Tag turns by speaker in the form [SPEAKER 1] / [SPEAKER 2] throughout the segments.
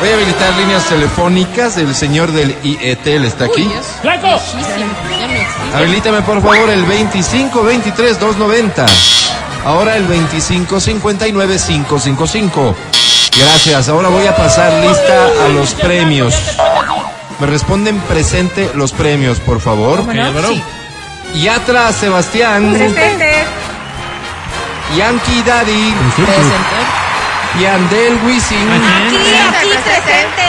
[SPEAKER 1] Voy a habilitar líneas telefónicas. El señor del IETEL está aquí.
[SPEAKER 2] ¡Blanco!
[SPEAKER 1] Habilítame por favor el 25 23 290. Ahora el 25 59 555. Gracias. Ahora voy a pasar lista a los premios. Me responden presente los premios, por favor.
[SPEAKER 2] Ok, Álvaro.
[SPEAKER 1] Y atrás Sebastián,
[SPEAKER 3] Presente.
[SPEAKER 1] Yankee Daddy, Yandel Wisin,
[SPEAKER 3] Aquí, aquí, presente.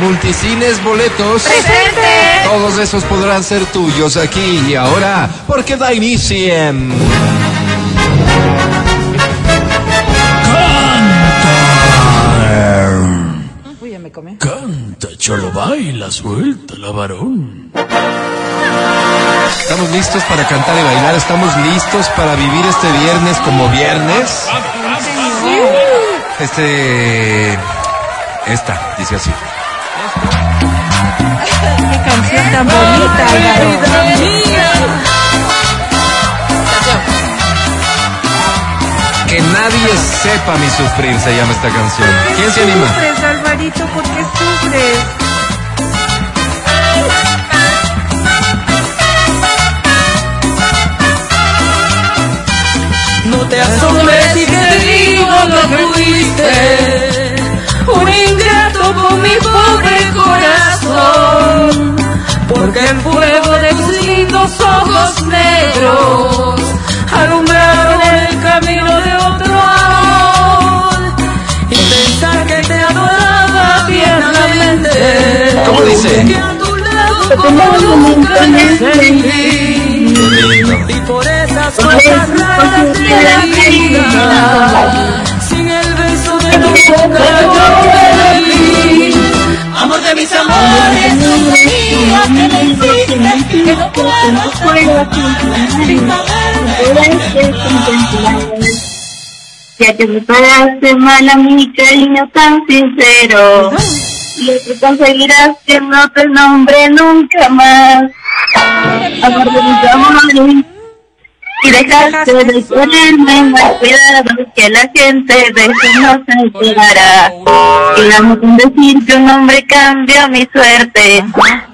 [SPEAKER 1] Multicines Boletos.
[SPEAKER 3] Presente.
[SPEAKER 1] Todos esos podrán ser tuyos aquí y ahora, porque da inicio. en-
[SPEAKER 3] Uy, ya me come.
[SPEAKER 2] Canta, cholo, baila, suelta la varón.
[SPEAKER 1] Estamos listos para cantar y bailar, estamos listos para vivir este viernes como viernes. Este. Esta, dice así.
[SPEAKER 3] Qué canción tan bonita,
[SPEAKER 1] Que nadie sepa mi sufrir se llama esta canción. ¿Quién se anima?
[SPEAKER 3] Sufres, Alvarito, ¿por qué sufres?
[SPEAKER 4] No te asombres si te digo lo que fuiste Un ingrato con mi pobre corazón Porque el fuego de tus lindos ojos negros Alumbraron el camino de otro amor Y pensar que te adoraba tiernamente
[SPEAKER 1] ¿Cómo dice?
[SPEAKER 4] Que a tu lado como nunca me sentí y por esas cosas raras de la vida Sin el beso de tu boca yo perdí Amor de mis amores,
[SPEAKER 5] Mía, que me hiciste, que no puedo estar sin saber. Ya que me pagaste mal a mi cariño tan sincero Y que conseguirás que no te nombre nunca más Amor de mis amores Y dejaste de ponerme más cuidado Que la gente de eso no se enterará Y vamos a decir que un hombre cambia mi suerte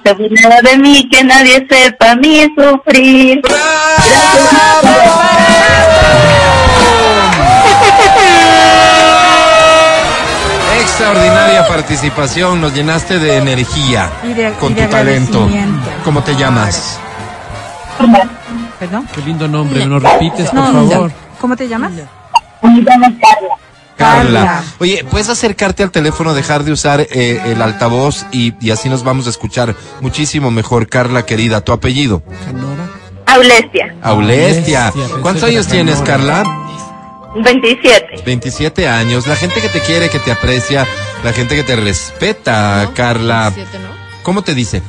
[SPEAKER 5] Se burlará de mí que nadie sepa mi sufrir Gracias,
[SPEAKER 1] Extraordinaria participación, nos llenaste de energía
[SPEAKER 3] Y de-
[SPEAKER 1] con
[SPEAKER 3] y de
[SPEAKER 1] tu talento.
[SPEAKER 3] agradecimiento.
[SPEAKER 1] ¿Cómo te llamas?
[SPEAKER 3] ¿Perdón?
[SPEAKER 2] Qué lindo nombre, ¿no repites, por favor?
[SPEAKER 3] ¿Cómo te llamas?
[SPEAKER 5] Carla.
[SPEAKER 1] Carla.
[SPEAKER 3] Carla.
[SPEAKER 1] Oye, ¿puedes acercarte al teléfono, dejar de usar eh, el altavoz y, y así nos vamos a escuchar muchísimo mejor, Carla querida? ¿Tu apellido?
[SPEAKER 5] Aulesia,
[SPEAKER 1] Aulestia.
[SPEAKER 2] Aulestia, Ah, pensé
[SPEAKER 1] ¿Cuántos
[SPEAKER 2] que
[SPEAKER 1] años
[SPEAKER 2] era
[SPEAKER 1] tienes,
[SPEAKER 2] Canora.
[SPEAKER 1] Carla?
[SPEAKER 5] 27.
[SPEAKER 1] 27 años. La gente que te quiere, que te aprecia, la gente que te respeta, Carla. ¿Cómo te dice?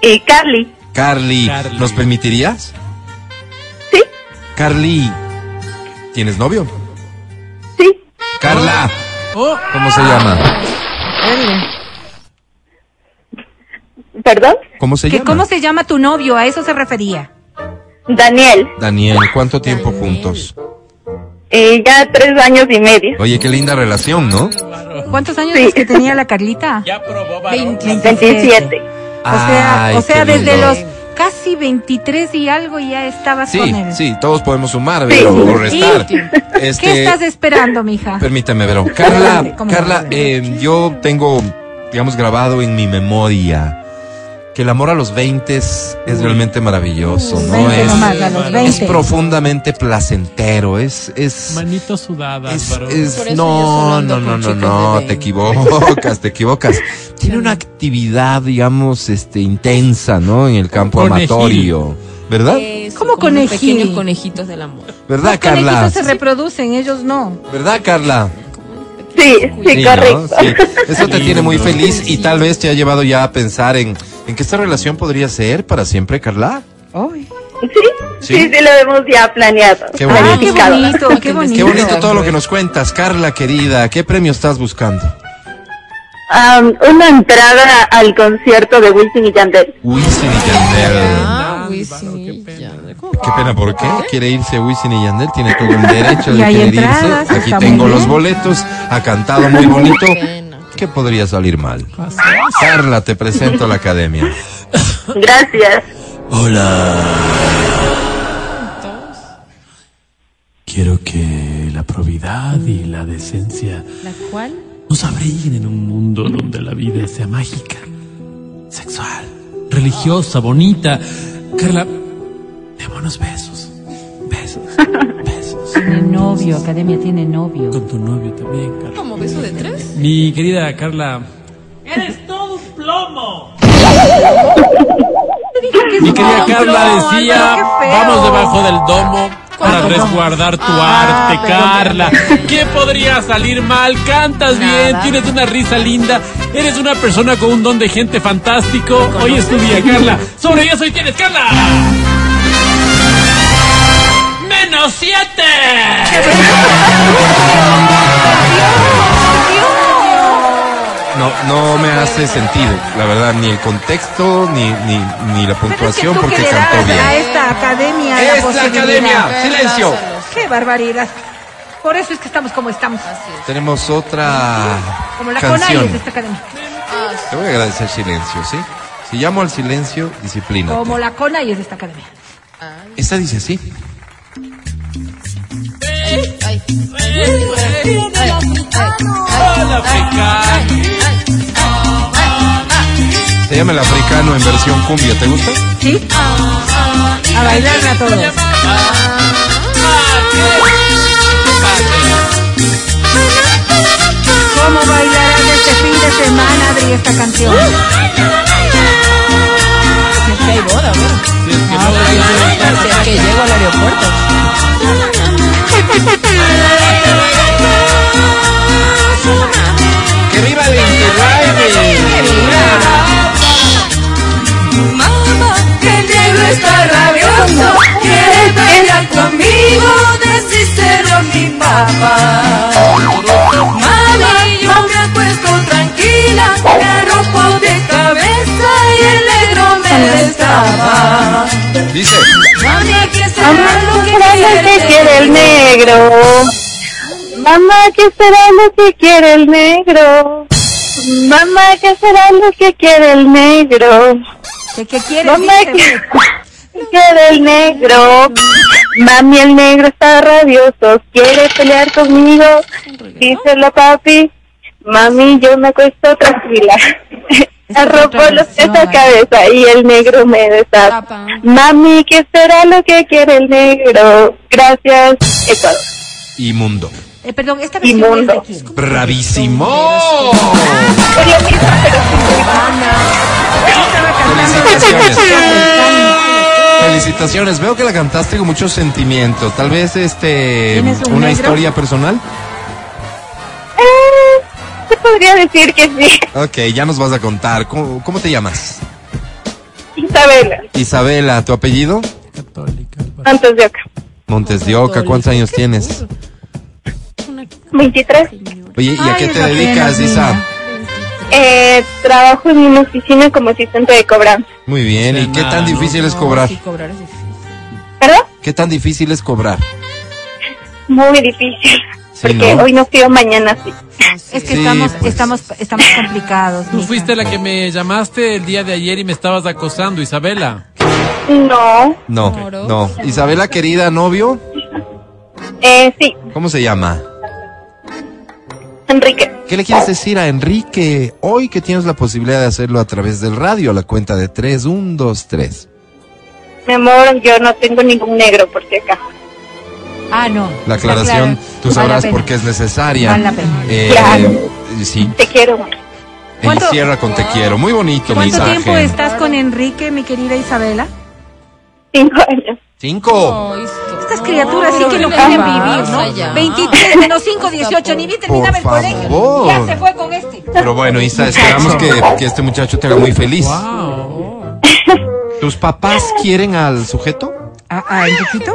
[SPEAKER 5] Y Carly,
[SPEAKER 1] Carly.
[SPEAKER 2] Carly.
[SPEAKER 1] ¿Nos permitirías?
[SPEAKER 5] Sí.
[SPEAKER 1] Carly. ¿Tienes novio?
[SPEAKER 5] sí,
[SPEAKER 1] Carla.
[SPEAKER 2] Oh,
[SPEAKER 1] ¿Cómo se llama?
[SPEAKER 5] perdón,
[SPEAKER 1] ¿Cómo se
[SPEAKER 3] ¿Que
[SPEAKER 1] llama?
[SPEAKER 3] ¿Cómo se llama tu novio? A eso se refería.
[SPEAKER 5] Daniel,
[SPEAKER 1] Daniel, ¿cuánto tiempo juntos?
[SPEAKER 5] eh, ya tres años y medio,
[SPEAKER 1] Oye, qué linda relación, ¿no?
[SPEAKER 3] ¿Cuántos años
[SPEAKER 5] Sí.
[SPEAKER 3] es que tenía la Carlita?
[SPEAKER 2] ya probó, varón.
[SPEAKER 5] 27.
[SPEAKER 3] O sea,
[SPEAKER 1] Ay,
[SPEAKER 3] o sea
[SPEAKER 1] qué
[SPEAKER 3] desde
[SPEAKER 1] lindo.
[SPEAKER 3] los casi 23 y algo ya estabas
[SPEAKER 1] Sí,
[SPEAKER 3] con él.
[SPEAKER 1] sí, todos podemos sumar, Vero,
[SPEAKER 5] Sí.
[SPEAKER 1] o restar.
[SPEAKER 3] Sí.
[SPEAKER 1] Este,
[SPEAKER 3] ¿Qué estás esperando, mija?
[SPEAKER 1] Permítame, Vero.
[SPEAKER 3] Adelante,
[SPEAKER 1] Carla,
[SPEAKER 3] cómo no,
[SPEAKER 1] Carla,
[SPEAKER 3] adelante.
[SPEAKER 1] eh, yo tengo, digamos, grabado en mi memoria que el amor a los 20 es realmente maravilloso, ¿no?
[SPEAKER 3] 20
[SPEAKER 1] Es,
[SPEAKER 3] nomás, a los
[SPEAKER 2] es
[SPEAKER 3] 20.
[SPEAKER 1] es profundamente placentero, es, es,
[SPEAKER 2] Manito sudada,
[SPEAKER 1] es-
[SPEAKER 2] Álvaro.
[SPEAKER 1] es-
[SPEAKER 6] Por eso
[SPEAKER 1] no,
[SPEAKER 6] yo solo
[SPEAKER 1] no,
[SPEAKER 6] ando
[SPEAKER 1] no,
[SPEAKER 6] con
[SPEAKER 1] no,
[SPEAKER 6] chicas
[SPEAKER 1] no,
[SPEAKER 6] de
[SPEAKER 1] te
[SPEAKER 6] 20.
[SPEAKER 1] equivocas, te equivocas. Tiene una actividad, digamos, este, intensa, ¿no? En el campo
[SPEAKER 2] Conejil.
[SPEAKER 1] amatorio, ¿verdad?
[SPEAKER 6] Eso,
[SPEAKER 3] ¿Cómo
[SPEAKER 6] Eh, como unos
[SPEAKER 3] conejí?
[SPEAKER 6] pequeños conejitos del amor.
[SPEAKER 1] ¿Verdad,
[SPEAKER 3] Los conejitos
[SPEAKER 1] Carla?
[SPEAKER 3] se reproducen, ellos no.
[SPEAKER 1] ¿Verdad, Carla?
[SPEAKER 5] Sí, sí,
[SPEAKER 1] ¿no?
[SPEAKER 5] correcto.
[SPEAKER 1] Sí. Eso te
[SPEAKER 2] Sí,
[SPEAKER 1] tiene muy
[SPEAKER 2] ¿no?
[SPEAKER 1] feliz y tal vez te ha llevado ya a pensar en, en que esta relación podría ser para siempre, Carla.
[SPEAKER 5] Sí,
[SPEAKER 1] Sí.
[SPEAKER 5] sí, sí, lo hemos ya planeado.
[SPEAKER 1] Qué
[SPEAKER 5] Ahí
[SPEAKER 3] Ah,
[SPEAKER 1] bonito.
[SPEAKER 3] qué
[SPEAKER 5] picado.
[SPEAKER 3] bonito, qué bonito.
[SPEAKER 1] Qué bonito todo lo que nos cuentas, Carla querida. ¿Qué premio estás buscando? Ah,
[SPEAKER 5] Am, una entrada al concierto de Wilson y Yandel.
[SPEAKER 1] Wisin y Yandel.
[SPEAKER 6] Ah, güey, sí, ya. ¿Cómo?
[SPEAKER 1] Qué pena, ¿por qué? Quiere irse Wisin y Yandel, tiene todo el derecho
[SPEAKER 3] Y
[SPEAKER 1] de
[SPEAKER 3] hay
[SPEAKER 1] querer
[SPEAKER 3] entradas,
[SPEAKER 1] irse. Aquí
[SPEAKER 3] está muy
[SPEAKER 1] tengo los
[SPEAKER 3] bien.
[SPEAKER 1] boletos, ha cantado muy bonito.
[SPEAKER 6] Qué pena.
[SPEAKER 1] ¿Qué podría salir mal? Carla, te presento a la academia.
[SPEAKER 5] Gracias.
[SPEAKER 2] Hola. Quiero que la probidad y la decencia
[SPEAKER 6] ¿La cual?
[SPEAKER 2] nos abriguen en un mundo donde la vida sea mágica, sexual, religiosa, bonita. Carla, démonos besos. Besos. Besos.
[SPEAKER 7] Tiene novio, Academia tiene novio.
[SPEAKER 2] Con tu novio también, Carla.
[SPEAKER 6] ¿Como beso de tres?
[SPEAKER 2] Mi querida Carla. Mi querida Carla decía, vamos debajo del domo para resguardar tu
[SPEAKER 3] Ah,
[SPEAKER 2] arte,
[SPEAKER 3] pero-
[SPEAKER 2] Carla. ¿Qué podría salir mal? Cantas bien,
[SPEAKER 6] Nada.
[SPEAKER 2] tienes una risa linda, eres una persona con un don de gente fantástico. Hoy es tu día, Carla. Sobre eso hoy tienes, Carla. Menos siete.
[SPEAKER 1] No, no me hace sentido, la verdad, ni el contexto, ni, ni, ni la
[SPEAKER 3] Pero es que
[SPEAKER 1] puntuación,
[SPEAKER 3] tú que
[SPEAKER 1] porque
[SPEAKER 3] le
[SPEAKER 1] cantó
[SPEAKER 3] das a
[SPEAKER 1] bien.
[SPEAKER 3] esta academia la
[SPEAKER 1] ¡Es la
[SPEAKER 3] posibilidad.
[SPEAKER 1] academia! ¡Silencio!
[SPEAKER 3] ¡Qué barbaridad! Por eso es que estamos como estamos.
[SPEAKER 1] Tenemos otra
[SPEAKER 3] Como la
[SPEAKER 1] canción.
[SPEAKER 3] Conales de esta academia.
[SPEAKER 1] Te voy a agradecer silencio, ¿sí? Si llamo al silencio, disciplina.
[SPEAKER 3] Como la cona y es de esta academia.
[SPEAKER 1] Esta dice así.
[SPEAKER 6] Ay. Ay.
[SPEAKER 2] Hola, africano.
[SPEAKER 1] Se llama el africano en versión cumbia, ¿te gusta?
[SPEAKER 3] ¿Sí? A bailarla a todos. ¿Cómo bailarán este fin de semana, Adri, esta canción?
[SPEAKER 6] Es que hay boda, bueno.
[SPEAKER 2] Si es que no,
[SPEAKER 6] Si es que llego al aeropuerto.
[SPEAKER 1] ¡Que viva el
[SPEAKER 4] Mamá, que el negro está rabioso, quiere pelear conmigo, desístelo mi papá. Mamá, yo me acuesto tranquila, me arropo de cabeza y el negro me destapa.
[SPEAKER 1] Dice,
[SPEAKER 4] Mami, que será
[SPEAKER 5] Mamá,
[SPEAKER 4] lo
[SPEAKER 5] ¿qué
[SPEAKER 4] que
[SPEAKER 5] será lo que quiere el negro? Mamá, ¿qué será lo que quiere el negro? Mamá, ¿qué será lo que quiere el negro?
[SPEAKER 3] ¿Qué, qué quieres?
[SPEAKER 5] Mamá,
[SPEAKER 3] dice,
[SPEAKER 5] ¿qué
[SPEAKER 3] güey?
[SPEAKER 5] quiere el negro? Mami, el negro está rabioso, quiere pelear conmigo. Díselo, papi. Mami, yo me acuesto tranquila. Arropo los pies a cabeza y el negro me
[SPEAKER 6] Tapa.
[SPEAKER 5] destapa. Mami, ¿qué será lo que quiere el negro? Gracias, Ecuador.
[SPEAKER 1] inmundo.
[SPEAKER 3] Eh, perdón, esta versión es
[SPEAKER 5] Inmundo.
[SPEAKER 3] de quién?
[SPEAKER 1] ¡Bravísimo!
[SPEAKER 5] Es lo mismo, pero sin el
[SPEAKER 1] Felicitaciones. Felicitaciones. Veo que la cantaste con mucho sentimiento. Tal vez este
[SPEAKER 3] ¿Tienes un
[SPEAKER 1] una
[SPEAKER 3] negro?
[SPEAKER 1] historia personal.
[SPEAKER 5] Eh, Se podría decir que sí,
[SPEAKER 1] Ok, ya nos vas a contar. ¿Cómo, cómo te llamas?
[SPEAKER 5] Isabela,
[SPEAKER 1] Isabela, ¿tu apellido?
[SPEAKER 2] Católica.
[SPEAKER 5] antes de acá.
[SPEAKER 1] Montes de Oca, ¿cuántos años tienes?
[SPEAKER 5] 23.
[SPEAKER 1] Oye, ¿y a
[SPEAKER 3] Ay,
[SPEAKER 1] qué te
[SPEAKER 3] es apenas,
[SPEAKER 1] dedicas, Isa?
[SPEAKER 3] niña.
[SPEAKER 5] Eh, trabajo en una oficina como asistente de cobranza.
[SPEAKER 1] Muy bien, ¿y qué tan
[SPEAKER 2] Hermano.
[SPEAKER 1] difícil es cobrar?
[SPEAKER 6] Sí, cobrar es difícil.
[SPEAKER 5] ¿Perdón?
[SPEAKER 1] ¿Qué tan difícil es cobrar?
[SPEAKER 5] Muy difícil.
[SPEAKER 1] Sí,
[SPEAKER 5] Porque
[SPEAKER 1] ¿no?
[SPEAKER 5] hoy no pido, mañana sí.
[SPEAKER 3] Es que
[SPEAKER 1] Sí,
[SPEAKER 3] estamos,
[SPEAKER 1] pues.
[SPEAKER 3] estamos, estamos complicados.
[SPEAKER 2] Tú
[SPEAKER 3] mija.
[SPEAKER 2] fuiste la que me llamaste el día de ayer y me estabas acosando, Isabela.
[SPEAKER 5] No.
[SPEAKER 1] No, no. Isabela, querida novio,
[SPEAKER 5] Eh, sí,
[SPEAKER 1] ¿cómo se llama?
[SPEAKER 5] Enrique.
[SPEAKER 1] ¿Qué le quieres decir a Enrique hoy que tienes la posibilidad de hacerlo a través del radio a la cuenta de 3, 1, 2, 3?
[SPEAKER 5] Mi amor, yo no tengo ningún negro por si acá.
[SPEAKER 3] Ah, no.
[SPEAKER 1] La aclaración,
[SPEAKER 3] Aclara-
[SPEAKER 1] tú
[SPEAKER 3] vale la
[SPEAKER 1] sabrás
[SPEAKER 3] pena.
[SPEAKER 1] por qué es necesaria.
[SPEAKER 3] Vale la pena.
[SPEAKER 1] Eh,
[SPEAKER 5] Claro.
[SPEAKER 1] Sí,
[SPEAKER 5] Te quiero. amor.
[SPEAKER 1] y
[SPEAKER 3] ¿Cuánto-
[SPEAKER 1] cierra con te quiero. Muy bonito
[SPEAKER 3] ¿Cuánto
[SPEAKER 1] mensaje.
[SPEAKER 3] tiempo estás con Enrique, mi querida Isabela?
[SPEAKER 5] Cinco años.
[SPEAKER 1] Cinco.
[SPEAKER 3] Estas criaturas sí
[SPEAKER 6] pero
[SPEAKER 3] que no
[SPEAKER 6] ¿qué
[SPEAKER 3] quieren
[SPEAKER 6] le
[SPEAKER 3] vivir,
[SPEAKER 6] pasa
[SPEAKER 3] ¿no?
[SPEAKER 6] ya?
[SPEAKER 3] 23 menos 5, 18. Ni bien terminaba el
[SPEAKER 1] Por
[SPEAKER 3] colegio.
[SPEAKER 1] favor.
[SPEAKER 3] Ya se fue con este.
[SPEAKER 1] Pero bueno, Isa, esperamos que, que este muchacho te haga muy feliz. ¿Tus papás quieren al sujeto?
[SPEAKER 3] Ah, ah, Enriquito.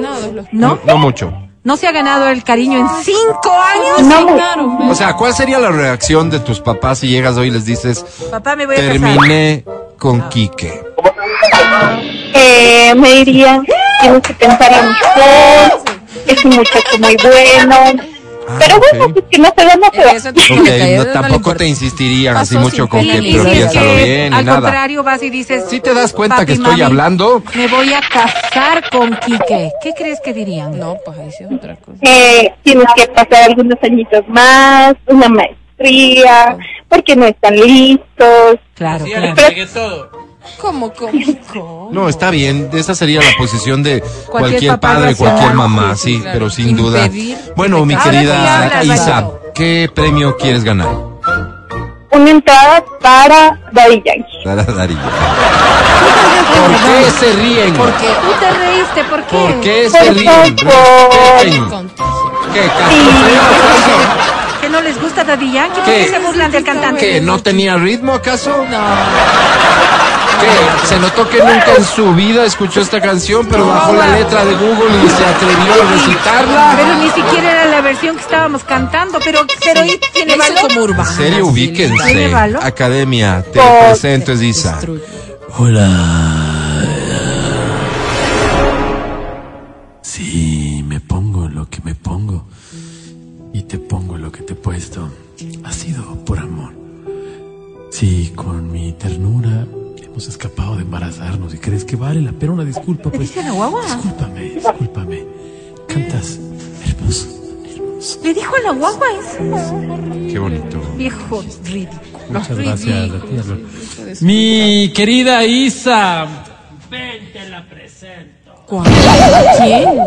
[SPEAKER 6] No, dos los-
[SPEAKER 3] ¿No?
[SPEAKER 1] No mucho.
[SPEAKER 3] ¿No se ha ganado el cariño en cinco años?
[SPEAKER 5] No,
[SPEAKER 1] O sea, ¿cuál sería la reacción de tus papás si llegas hoy y les dices,
[SPEAKER 3] Papá, me voy a casar. Ah.
[SPEAKER 1] terminé con Quique?
[SPEAKER 5] Eh, me dirían, tienes que pensar lo mejor. Es un muchacho muy bueno.
[SPEAKER 1] Ah,
[SPEAKER 5] Pero bueno,
[SPEAKER 1] ok.
[SPEAKER 5] pues que no se da, no se da.
[SPEAKER 6] Eso tampoco
[SPEAKER 1] Ok,
[SPEAKER 6] le cae,
[SPEAKER 1] no,
[SPEAKER 6] eso no le
[SPEAKER 1] tampoco
[SPEAKER 6] importa.
[SPEAKER 1] te insistiría así
[SPEAKER 6] Pasó
[SPEAKER 1] mucho
[SPEAKER 6] sin
[SPEAKER 1] con que
[SPEAKER 6] pena ni
[SPEAKER 1] pero
[SPEAKER 6] gloria.
[SPEAKER 1] piénsalo bien y
[SPEAKER 3] al
[SPEAKER 1] nada.
[SPEAKER 3] contrario vas y dices,
[SPEAKER 1] Si te das cuenta
[SPEAKER 3] "Papi,
[SPEAKER 1] que estoy
[SPEAKER 3] mami,
[SPEAKER 1] hablando,
[SPEAKER 3] Me voy a casar con Quique. ¿Qué crees que dirían?
[SPEAKER 6] No, pues ahí sí es otra cosa.
[SPEAKER 5] Eh, tienes que pasar algunos añitos más, una maestría, porque no están listos.
[SPEAKER 3] Claro, claro.
[SPEAKER 6] ¿Cómo, cómo, cómo?
[SPEAKER 1] no, está bien. Esa sería la posición de cualquier,
[SPEAKER 3] papá
[SPEAKER 1] padre,
[SPEAKER 3] racional.
[SPEAKER 1] cualquier mamá,
[SPEAKER 6] Sí,
[SPEAKER 1] sí,
[SPEAKER 6] claro.
[SPEAKER 1] pero sin duda.
[SPEAKER 6] Impedir
[SPEAKER 1] Bueno, mi
[SPEAKER 3] Ahora sí
[SPEAKER 1] querida
[SPEAKER 3] hablas,
[SPEAKER 1] Isa,
[SPEAKER 3] Alberto.
[SPEAKER 1] ¿qué premio quieres ganar?
[SPEAKER 5] Una entrada para Daddy Yankee.
[SPEAKER 1] Dar a Darío. ¿Por qué se ríen?
[SPEAKER 6] Porque
[SPEAKER 3] Tú te reíste, ¿por qué?
[SPEAKER 1] ¿Por qué se
[SPEAKER 5] Por
[SPEAKER 1] ríen?
[SPEAKER 5] favor.
[SPEAKER 1] Respeten.
[SPEAKER 6] contagio.
[SPEAKER 1] ¿Qué caso?
[SPEAKER 3] ¿Que no les gusta Daddy Yankee? ¿Por
[SPEAKER 1] ¿Qué?
[SPEAKER 3] qué se burlan del cantante?
[SPEAKER 1] ¿Que no tenía ritmo acaso?
[SPEAKER 6] No,
[SPEAKER 1] que se notó que nunca en su vida escuchó esta canción, pero bajó la letra de Google y se atrevió a
[SPEAKER 3] Pero
[SPEAKER 1] recitarla.
[SPEAKER 3] ni siquiera era la versión que estábamos cantando, pero, pero ahí tiene
[SPEAKER 6] eso
[SPEAKER 3] valor.
[SPEAKER 6] como urbano.
[SPEAKER 1] En serio,
[SPEAKER 6] así,
[SPEAKER 1] ubíquense.
[SPEAKER 3] ¿Tiene valor?
[SPEAKER 1] Academia, te lo presento, es Isa.
[SPEAKER 6] destruye.
[SPEAKER 2] Hola. Sí, me pongo lo que me pongo y te pongo lo que te he puesto. Ha sido por amor. Sí, con mi ternura hemos escapado de embarazarnos y crees que vale la pena una disculpa, pues.
[SPEAKER 3] dice la guagua?
[SPEAKER 2] Discúlpame, discúlpame. Cantas hermoso.
[SPEAKER 3] Le dijo a la guagua eso.
[SPEAKER 1] Qué bonito.
[SPEAKER 3] Viejo ridículo.
[SPEAKER 2] Muchas gracias. a ti, Álvaro. Mi querida Isa,
[SPEAKER 6] ¿Cuál? ¿Quién?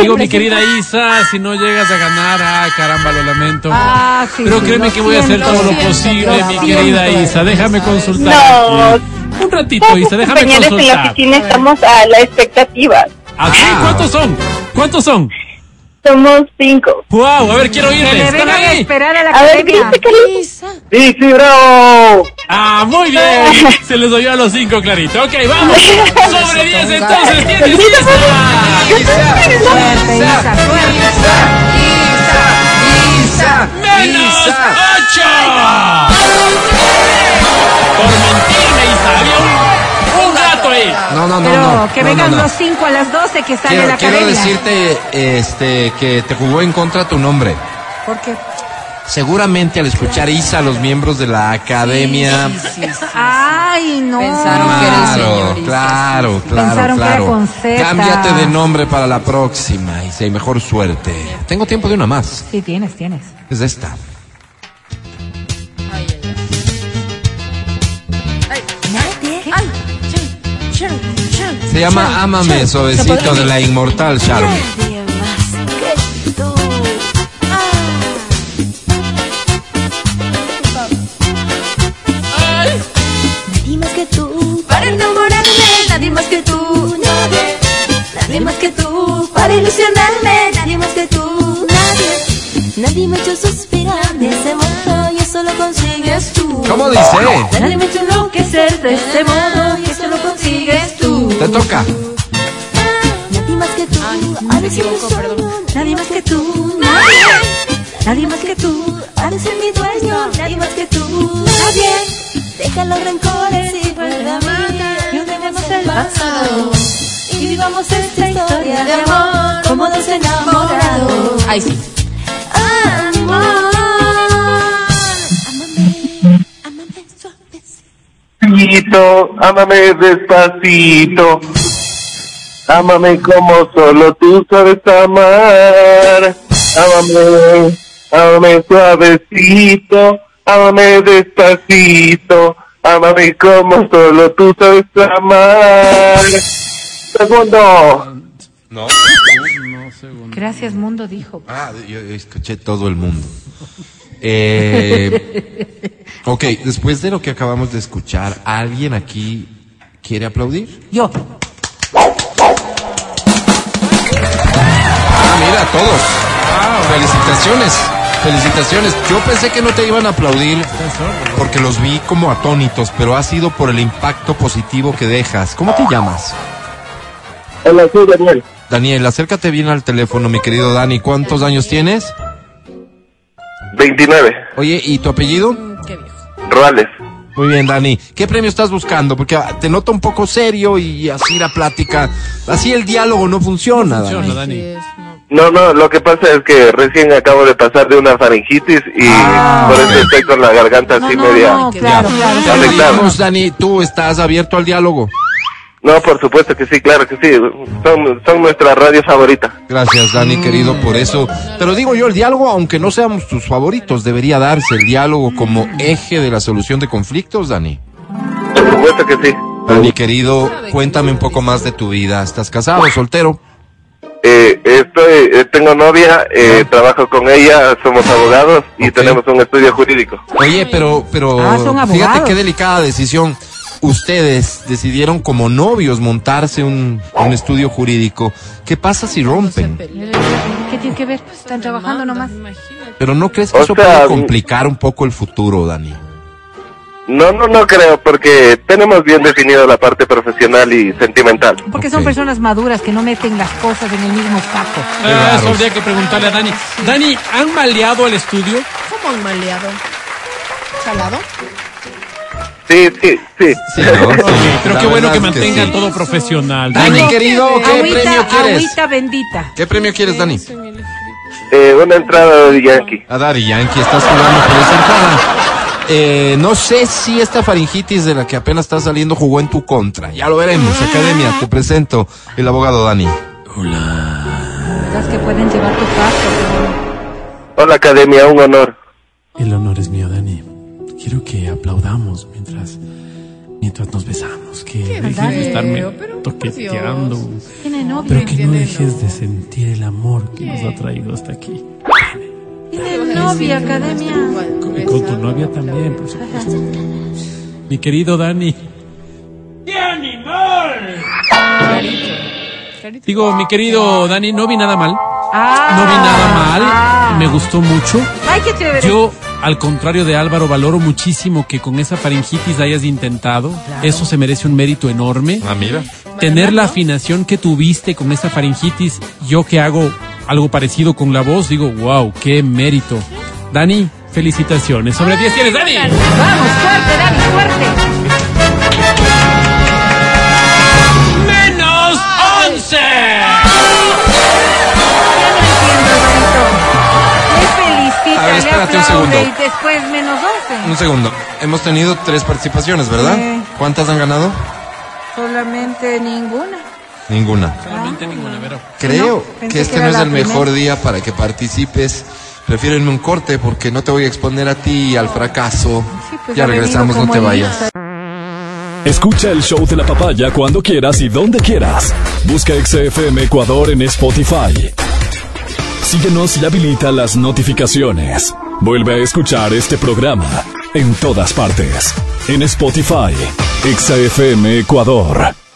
[SPEAKER 2] Digo, mi querida Isa, si no llegas a ganar, ah, caramba, lo lamento.
[SPEAKER 3] Ah, sí,
[SPEAKER 2] Pero
[SPEAKER 3] sí,
[SPEAKER 2] créeme
[SPEAKER 3] lo
[SPEAKER 2] que voy a hacer
[SPEAKER 3] siento,
[SPEAKER 2] todo
[SPEAKER 3] lo
[SPEAKER 2] lo
[SPEAKER 3] siento,
[SPEAKER 2] posible, mi
[SPEAKER 3] lo siento.
[SPEAKER 2] querida Isa. Déjame consultar.
[SPEAKER 5] No.
[SPEAKER 2] aquí. Un ratito,
[SPEAKER 5] Todos los
[SPEAKER 2] Isa, déjame
[SPEAKER 5] compañeros en la
[SPEAKER 2] consultar.
[SPEAKER 5] oficina estamos a la expectativa.
[SPEAKER 2] ¿Ah, sí?
[SPEAKER 1] Ah.
[SPEAKER 2] ¿Cuántos son? ¿Cuántos son?
[SPEAKER 5] Somos cinco.
[SPEAKER 2] ¡Wow! A ver, quiero
[SPEAKER 3] Le
[SPEAKER 2] oírles. ¿Están
[SPEAKER 3] vengan a
[SPEAKER 2] ahí?
[SPEAKER 3] esperar a la
[SPEAKER 5] A ver,
[SPEAKER 3] academia.
[SPEAKER 5] grita, Carlitos. Sí, sí, bravo.
[SPEAKER 2] ¡Ah, muy bien! Se les oyó a los cinco, clarito. Ok, vamos. Sobre diez, entonces, tienes Isa.
[SPEAKER 3] Suerte, Isa, suerte.
[SPEAKER 1] Isa,
[SPEAKER 2] menos 8. Por mentirme, Isa, había un, un dato ahí.
[SPEAKER 1] No, no, no,
[SPEAKER 3] Pero
[SPEAKER 1] no.
[SPEAKER 3] que
[SPEAKER 1] no,
[SPEAKER 3] vengan
[SPEAKER 1] no, no.
[SPEAKER 3] los cinco a las doce que sale la
[SPEAKER 1] Quiero, quiero
[SPEAKER 3] academia.
[SPEAKER 1] decirte este, que te jugó en contra tu nombre.
[SPEAKER 3] ¿Por qué?
[SPEAKER 1] Seguramente al escuchar Isa, los miembros de la academia. Ah.
[SPEAKER 3] Ay, no.
[SPEAKER 6] Pensaron que era el
[SPEAKER 1] Claro,
[SPEAKER 6] señor Isa,
[SPEAKER 1] claro, claro,
[SPEAKER 3] Pensaron que era
[SPEAKER 1] claro.
[SPEAKER 3] con Z.
[SPEAKER 1] Cámbiate de nombre para la próxima Isa, y mejor suerte. Tengo tiempo de una más.
[SPEAKER 3] Sí, tienes, tienes.
[SPEAKER 1] Es esta.
[SPEAKER 6] Ay, ay, ay.
[SPEAKER 1] Se llama Ámame, suavecito de la inmortal Charme.
[SPEAKER 8] Nadie más que tú para enamorarme, nadie más que tú, nadie. Nadie más que tú para ilusionarme, nadie más que tú, nadie. Nadie me ha hecho suspirar de ese modo y eso lo consigues tú.
[SPEAKER 1] ¿Cómo dice?
[SPEAKER 8] Nadie me ha hecho enloquecer de ese modo y eso lo consigues tú.
[SPEAKER 1] Te toca.
[SPEAKER 8] Nadie más que tú, ahora sí me solo, nadie más que tú, nadie. Nadie más que tú, ahora sí mi dueño, nadie más que tú, nadie. Deja los rencores y vuelve a mí, y unamos el pasado. Y vivamos esta historia de amor como dos enamorados.
[SPEAKER 6] Ay, sí.
[SPEAKER 8] Amor, amame, amame suavecito.
[SPEAKER 9] Despacito, ámame despacito. Ámame como solo tú sabes amar. Ámame, ámame suavecito. Ámame despacito. Ámame como solo tú sabes amar. Segundo.
[SPEAKER 1] No.
[SPEAKER 3] Gracias, mundo, dijo.
[SPEAKER 1] Ah, yo escuché todo el mundo. Eh, ok, después de lo que acabamos de escuchar, ¿alguien aquí quiere aplaudir?
[SPEAKER 3] Yo.
[SPEAKER 1] Ah, mira, todos. Felicitaciones. Felicitaciones. Yo pensé que no te iban a aplaudir porque los vi como atónitos, pero ha sido por el impacto positivo que dejas. ¿Cómo te llamas?
[SPEAKER 9] El azul, Daniel.
[SPEAKER 1] Daniel, acércate bien al teléfono, mi querido Dani. ¿Cuántos años tienes?
[SPEAKER 9] 29.
[SPEAKER 1] Oye, ¿y tu apellido?
[SPEAKER 6] Mm, Qué viejo.
[SPEAKER 9] Ruales.
[SPEAKER 1] Muy bien, Dani. ¿Qué premio estás buscando? Porque ah, te noto un poco serio y así la plática, así el diálogo no funciona. Dani.
[SPEAKER 2] Funciona,
[SPEAKER 6] Ay,
[SPEAKER 2] Dani.
[SPEAKER 6] sí es, no.
[SPEAKER 9] No, no, lo que pasa es que recién acabo de pasar de una faringitis y por eso estoy con la garganta así media.
[SPEAKER 7] No, claro, claro.
[SPEAKER 1] Ya
[SPEAKER 9] Dale, claro.
[SPEAKER 1] dijimos, Dani, tú estás abierto al diálogo.
[SPEAKER 9] No, por supuesto que sí, claro que sí. Son, son nuestra radio favorita.
[SPEAKER 1] Gracias, Dani, querido, por eso. Te lo digo yo, el diálogo, aunque no seamos tus favoritos, debería darse el diálogo como eje de la solución de conflictos, Dani.
[SPEAKER 9] Por supuesto que sí.
[SPEAKER 1] Dani, querido, cuéntame un poco más de tu vida. ¿Estás casado, soltero?
[SPEAKER 9] Eh, estoy, eh, tengo novia, eh, trabajo con ella, somos abogados y
[SPEAKER 1] Ah. Ok.
[SPEAKER 9] tenemos un estudio jurídico.
[SPEAKER 1] Oye, pero, pero,
[SPEAKER 7] Ah, son abogados.
[SPEAKER 1] fíjate qué delicada decisión. Ustedes decidieron como novios montarse un, un estudio jurídico. ¿Qué pasa si rompen?
[SPEAKER 7] ¿Qué tiene que ver? Pues, Están trabajando nomás.
[SPEAKER 1] Pero no crees que
[SPEAKER 9] O
[SPEAKER 1] eso
[SPEAKER 9] sea,
[SPEAKER 1] puede
[SPEAKER 9] mi-
[SPEAKER 1] complicar un poco el futuro, Dani.
[SPEAKER 9] No, no, no creo, porque tenemos bien definido la parte profesional y sentimental.
[SPEAKER 7] Porque son
[SPEAKER 1] Ok.
[SPEAKER 7] personas maduras que no meten las cosas en el mismo saco.
[SPEAKER 10] Ah, eso
[SPEAKER 1] raros.
[SPEAKER 10] habría que preguntarle a Dani. Dani, ¿han maleado al estudio?
[SPEAKER 6] ¿Cómo han maleado? ¿Salado?
[SPEAKER 9] Sí, sí, sí.
[SPEAKER 1] Sí, ¿no? Sí,
[SPEAKER 10] Pero
[SPEAKER 1] la
[SPEAKER 10] qué bueno
[SPEAKER 1] verdad
[SPEAKER 10] que
[SPEAKER 1] es que
[SPEAKER 10] mantengan
[SPEAKER 1] sí.
[SPEAKER 10] todo profesional. Dani,
[SPEAKER 1] Dani, querido, ¿qué premio
[SPEAKER 7] Agüita,
[SPEAKER 1] quieres?
[SPEAKER 7] agüita bendita.
[SPEAKER 1] ¿Qué premio quieres, Dani?
[SPEAKER 9] Eh, una entrada de Yankee.
[SPEAKER 1] A Dari Yankee, estás jugando por esa entrada. Eh, no sé si esta faringitis de la que apenas estás saliendo jugó en tu contra. Ya lo
[SPEAKER 7] Ah.
[SPEAKER 1] veremos, Academia. Te presento el abogado Dani.
[SPEAKER 7] Las que pueden llevar tu caso.
[SPEAKER 9] Hola, academia, un honor.
[SPEAKER 2] El honor es mío, Dani. Quiero que aplaudamos mientras mientras nos besamos, que dejes de estarme
[SPEAKER 6] pero, por
[SPEAKER 2] toqueteando,
[SPEAKER 7] Tiene novio.
[SPEAKER 2] pero que no
[SPEAKER 6] Tiene
[SPEAKER 2] dejes de sentir el amor que nos ha traído hasta aquí.
[SPEAKER 7] Tiene novia, academia.
[SPEAKER 2] Y con tu novia también, por supuesto. Mi querido Dani. Digo, mi querido Dani, no vi nada mal. No
[SPEAKER 7] Ah,
[SPEAKER 2] vi nada mal. Me gustó mucho.
[SPEAKER 7] Ay, qué chévere.
[SPEAKER 2] Yo, al contrario de Álvaro, valoro muchísimo que con esa faringitis la hayas intentado. Eso se merece un mérito enorme.
[SPEAKER 1] Ah, mira.
[SPEAKER 2] Tener la afinación que tuviste con esa faringitis, yo que hago algo parecido con la voz, digo, wow, qué mérito. Dani, felicitaciones. Sobre 10 tienes, Dani.
[SPEAKER 7] Vamos, suerte, Dani, suerte.
[SPEAKER 10] menos 11.
[SPEAKER 7] Ya no entiendo, Benito. Me felicita,
[SPEAKER 1] A ver,
[SPEAKER 7] le
[SPEAKER 1] espérate un
[SPEAKER 7] aplaude
[SPEAKER 1] segundo.
[SPEAKER 7] Y después menos 11.
[SPEAKER 1] Un segundo. Hemos tenido tres participaciones, ¿verdad?
[SPEAKER 7] Sí.
[SPEAKER 1] ¿Cuántas han ganado?
[SPEAKER 7] Solamente ninguna.
[SPEAKER 1] Ninguna.
[SPEAKER 7] No,
[SPEAKER 1] Creo
[SPEAKER 7] pensé
[SPEAKER 1] que este
[SPEAKER 7] que era
[SPEAKER 1] no es
[SPEAKER 7] la
[SPEAKER 1] el mejor
[SPEAKER 7] primera.
[SPEAKER 1] día para que participes. Prefiero irme un corte porque no te voy a exponer a ti al fracaso.
[SPEAKER 7] Sí, pues
[SPEAKER 1] ya
[SPEAKER 7] ha venido
[SPEAKER 1] regresamos, no
[SPEAKER 7] como
[SPEAKER 1] te
[SPEAKER 7] el
[SPEAKER 1] vayas.
[SPEAKER 11] Escucha el show de la papaya cuando quieras y donde quieras. Busca XFM Ecuador en Spotify. Síguenos y habilita las notificaciones. Vuelve a escuchar este programa en todas partes. En Spotify, XFM Ecuador.